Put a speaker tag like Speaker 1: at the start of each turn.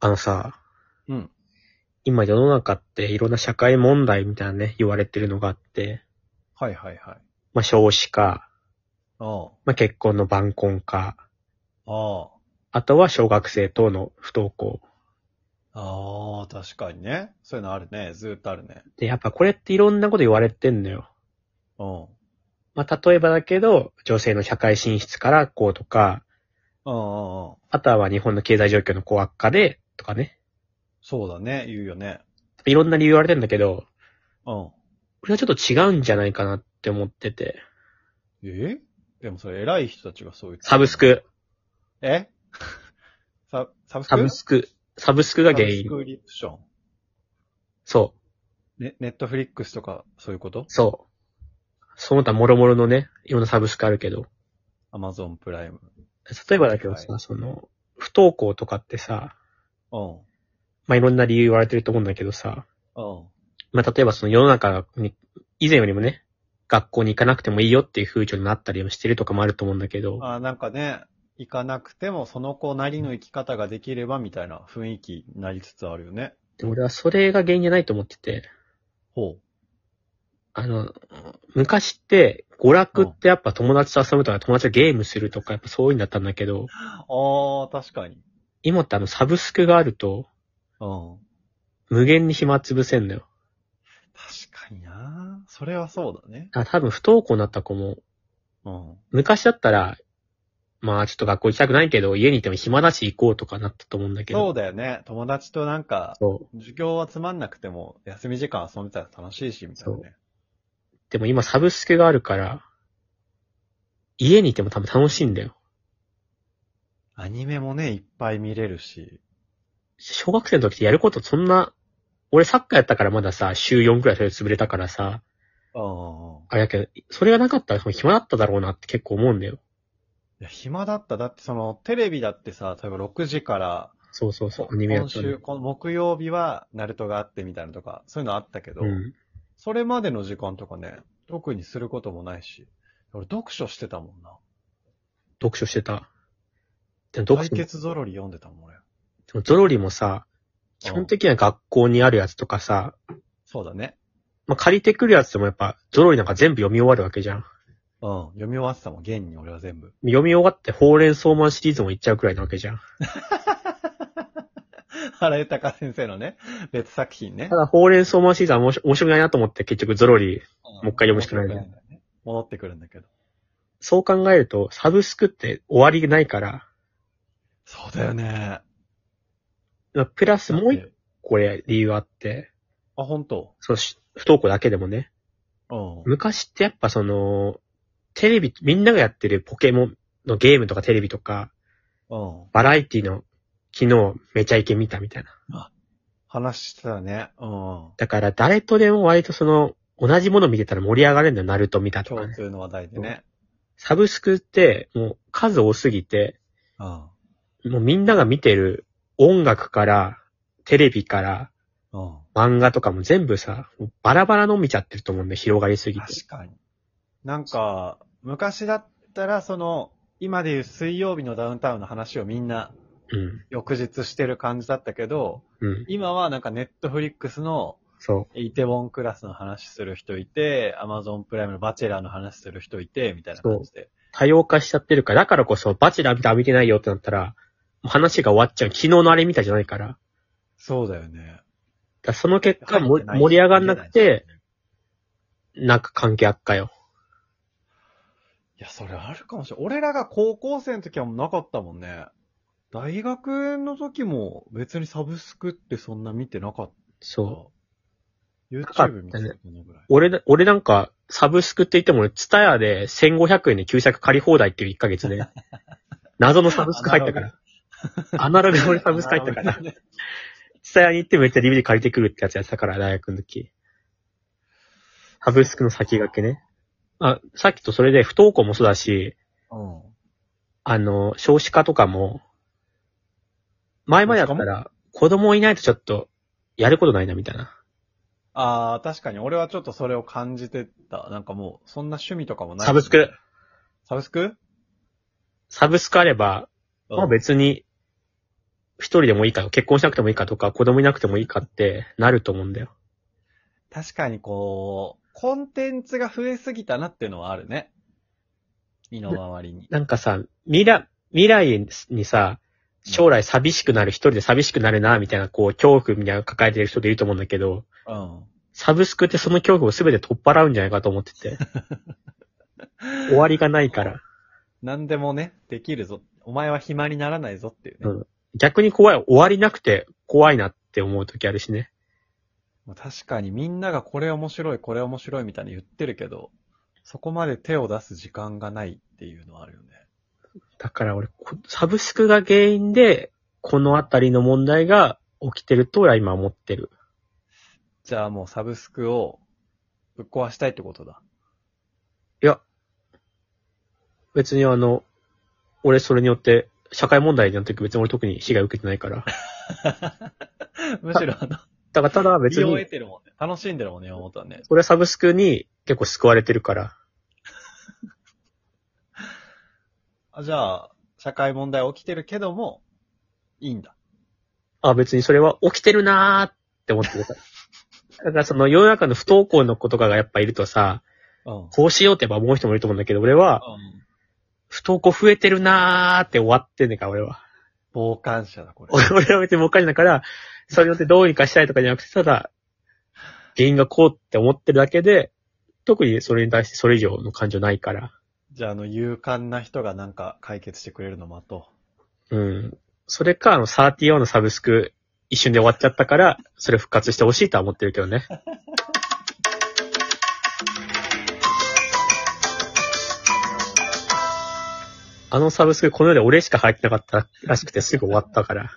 Speaker 1: あのさ、
Speaker 2: うん。
Speaker 1: 今世の中っていろんな社会問題みたいなね、言われてるのがあって、
Speaker 2: はいはいはい。
Speaker 1: まあ少子化、
Speaker 2: あ
Speaker 1: まあ結婚の晩婚化、
Speaker 2: あ。あ
Speaker 1: あとは小学生等の不登校。
Speaker 2: あ。ああ、確かにね。そういうのあるね。ずーっとあるね。
Speaker 1: で、やっぱこれっていろんなこと言われてんのよ。
Speaker 2: うん。
Speaker 1: まあ例えばだけど、女性の社会進出からこうとか、
Speaker 2: うんうんうん。
Speaker 1: あとは日本の経済状況のこう悪化で、とかね。
Speaker 2: そうだね。言うよね。
Speaker 1: いろんな理由言われてんだけど、
Speaker 2: うん。
Speaker 1: これはちょっと違うんじゃないかなって思ってて。
Speaker 2: えでもそれ偉い人たちがそう言ってる
Speaker 1: サブス。ク、
Speaker 2: え ササブスク
Speaker 1: サブスク、サブスクが原
Speaker 2: サ
Speaker 1: 因。
Speaker 2: ブスクリプション。
Speaker 1: そう。
Speaker 2: ね、ネットフリックスとか、そういうこと
Speaker 1: そう。その他もろもろのね、いろんなサブスクあるけど。
Speaker 2: アマゾンプライム。
Speaker 1: 例えばだけどさ、
Speaker 2: は
Speaker 1: その、不登校とかってさ、
Speaker 2: うん。
Speaker 1: まあ、いろんな理由言われてると思うんだけどさ、
Speaker 2: うん。
Speaker 1: まあ、例えばその世の中に、以前よりもね、学校に行かなくてもいいよっていう風潮になったりもしてるとかもあると思うんだけど、
Speaker 2: ああ、なんかね、行かなくてもその子なりの生き方ができればみたいな雰囲気になりつつあるよね。
Speaker 1: でも俺はそれが原因じゃないと思ってて、
Speaker 2: ほ
Speaker 1: あの、昔って、娯楽ってやっぱ友達と遊ぶとか、友達とゲームするとか、やっぱそういうんだったんだけど、
Speaker 2: う。ああ、確かに。
Speaker 1: 今ってあのサブスクがあると、
Speaker 2: うん。
Speaker 1: 無限に暇つぶせんのよ。
Speaker 2: 確かになそれはそうだね。
Speaker 1: あ、多分不登校になった子も、
Speaker 2: うん。
Speaker 1: 昔だったら、まあちょっと学校行きたくないけど、家にいても暇だし行こうとかなったと思うんだけ
Speaker 2: そう
Speaker 1: ど。
Speaker 2: だよね。友達となんか、
Speaker 1: そう。
Speaker 2: 授業はつまんなくても、休み時間遊んでたら楽しいし、みたいなね。
Speaker 1: でも今サブスクがあるから、家にいても多分楽しいんだよ。
Speaker 2: アニメもね、いっぱい見れるし。
Speaker 1: 小学生の時ってやることそんな、俺サッカーやったからまださ、週4くらいそれ潰れたからさ、
Speaker 2: うんうんうん。
Speaker 1: あれやけど、それがなかったら多分暇だっただろうなって結構思うんだよ。
Speaker 2: いや、暇だった。だってその、テレビだってさ、例えば6時から、
Speaker 1: そうそうそう、アニメや
Speaker 2: 今
Speaker 1: ったの
Speaker 2: 週、この木曜日は、ナルトがあってみたいなとか、そういうのあったけど、
Speaker 1: うん。
Speaker 2: それまでの時間とかね、特にすることもないし、俺読書してたもんな。
Speaker 1: 読書してた。でも読
Speaker 2: 対
Speaker 1: 書も、
Speaker 2: 決ゾロリ読んでたもん、俺。
Speaker 1: でもゾロリもさ、基本的には学校にあるやつとかさ、
Speaker 2: そうだね。
Speaker 1: まあ、借りてくるやつでもやっぱ、ゾロリなんか全部読み終わるわけじゃん。
Speaker 2: うん。読み終わってたもん、現に俺は全部。
Speaker 1: 読み終わって、ほうれん草マンシリーズもいっちゃうくらいなわけじゃん。
Speaker 2: 原豊先生のね、別作品ね
Speaker 1: た。だ、ほうれん草マンシリーズは面白面白くないなと思って、結局ゾロリ。う
Speaker 2: も
Speaker 1: 一回読むしかないね
Speaker 2: ね。戻ってくるんだけど。
Speaker 1: そう考えると、サブスクって終わりがないから、
Speaker 2: そうだよね。
Speaker 1: まあプラスもう
Speaker 2: だ
Speaker 1: 一
Speaker 2: って
Speaker 1: 個これ理由あって、
Speaker 2: あ、本当
Speaker 1: そのし不登校だけでもね、
Speaker 2: うん。
Speaker 1: 昔ってやっぱその、テレビ、みんながやってるポケモンのゲームとかテレビとか、
Speaker 2: うん。
Speaker 1: バラエティの昨日めちゃイケ見たみたいな。
Speaker 2: 話してたね。うん。
Speaker 1: だから誰とでも割とその、同じもの見てたら盛り上がれるんだよ、ナルト見たとか
Speaker 2: 共
Speaker 1: ね。
Speaker 2: 通の話題でね。
Speaker 1: サブスクって、もう数多すぎて、
Speaker 2: うん。
Speaker 1: もうみんなが見てる音楽から、テレビから、
Speaker 2: うん。
Speaker 1: 漫画とかも全部さ、もうバラバラの見ちゃってると思うんで、広がりすぎて。
Speaker 2: 確かに。なんか、昔だったら、その、今でいう水曜日のダウンタウンの話をみんな
Speaker 1: うん。
Speaker 2: 翌日してる感じだったけど、
Speaker 1: うん。
Speaker 2: 今はなんかネットフリックスの
Speaker 1: そ
Speaker 2: イテウォンクラスの話する人いて、アマゾンプライムのバチェラーの話する人いて、みたいな感じで。
Speaker 1: う。多様化しちゃってるから、だからこそ、バチェラー見た見てないよってなったら、もう話が終わっちゃう。昨日のあれ見たじゃないから。だか
Speaker 2: そうだよね。
Speaker 1: らその結果、も
Speaker 2: 入ってない
Speaker 1: 盛り上がんなくて、。なんか関係悪化よ。
Speaker 2: いや、それあるかもしれない。俺らが高校生の時はもうなかったもんね。大学の時も別にサブスクってそんな見てなかっ
Speaker 1: そう。
Speaker 2: YouTube
Speaker 1: かったね
Speaker 2: 見てたのぐらい。
Speaker 1: 俺、俺なんか、サブスクって言っても、ツタヤで1500円で旧作借り放題っていう1ヶ月 で、謎のサブスク入ったから。アナログで俺サブスク入ったから。
Speaker 2: ら。
Speaker 1: ツタヤに行ってめっちゃ DVD 借りてくるってやつやってたから、大学の時。サブスクの先駆けね。あ、さっきとそれで不登校もそうだし、
Speaker 2: うん。
Speaker 1: あの、少子化とかも、前までだったら、子供いないとちょっと、やることないな、みたいな。
Speaker 2: ああ、確かに俺はちょっとそれを感じてた。なんかもう、そんな趣味とかもない。
Speaker 1: サブスク。
Speaker 2: サブスク
Speaker 1: サブスクあれば、まあ別に、一人でもいいか、結婚しなくてもいいかとか、子供いなくてもいいかってなると思うんだよ。
Speaker 2: 確かにこう、コンテンツが増えすぎたなっていうのはあるね。身の回りに。
Speaker 1: なんかさ、未来、未来にさ、将来寂しくなる、一人で寂しくなるな、みたいな、こう、恐怖みたいなの抱えてる人でいると思うんだけど、
Speaker 2: うん。
Speaker 1: サブスクってその恐怖を全て取っ払うんじゃないかと思ってて。終わりがないから。
Speaker 2: 何でもね、できるぞ。お前は暇にならないぞっていうね。
Speaker 1: うん逆に怖い、終わりなくて怖いなって思う時あるしね。
Speaker 2: まあ確かにみんながこれ面白い、これ面白いみたいに言ってるけど、そこまで手を出す時間がないっていうのはあるよね。
Speaker 1: だから俺、こサブスクが原因で、このあたりの問題が起きてると俺は今思ってる。
Speaker 2: じゃあもうサブスクをぶっ壊したいってことだ。
Speaker 1: 別にあの、俺それによって、社会問題の時別に俺特に被害受けてないから。
Speaker 2: むしろあの、
Speaker 1: だからただ 別
Speaker 2: 利用得
Speaker 1: に、
Speaker 2: てるもんね。楽しんでるもんね、山本はね。
Speaker 1: 俺はサブスクに結構救われてるから。
Speaker 2: あじゃあ、社会問題起きてるけども、いいんだ。
Speaker 1: あ、別にそれは起きてるなーって思ってください。 だからその世の中の不登校の子とかがやっぱいるとさ、
Speaker 2: うん。うん。
Speaker 1: こうしようってやっぱ思う人もいると思うんだけど、俺は、不登校増えてるなーって終わってんねんから、俺は。
Speaker 2: 傍観者だ、これ。
Speaker 1: 俺は別にもっかいだから、それによってどうにかしたいとかじゃなくて、ただ、原因がこうって思ってるだけで、特にそれに対してそれ以上の感情ないから。
Speaker 2: じゃあ、あの、勇敢な人がなんか解決してくれるの待と
Speaker 1: うん。それか、あの、34のサブスク、一瞬で終わっちゃったから、それ復活してほしいとは思ってるけどね。あのサブスク、この世で俺しか入ってなかったらしくてすぐ終わったから。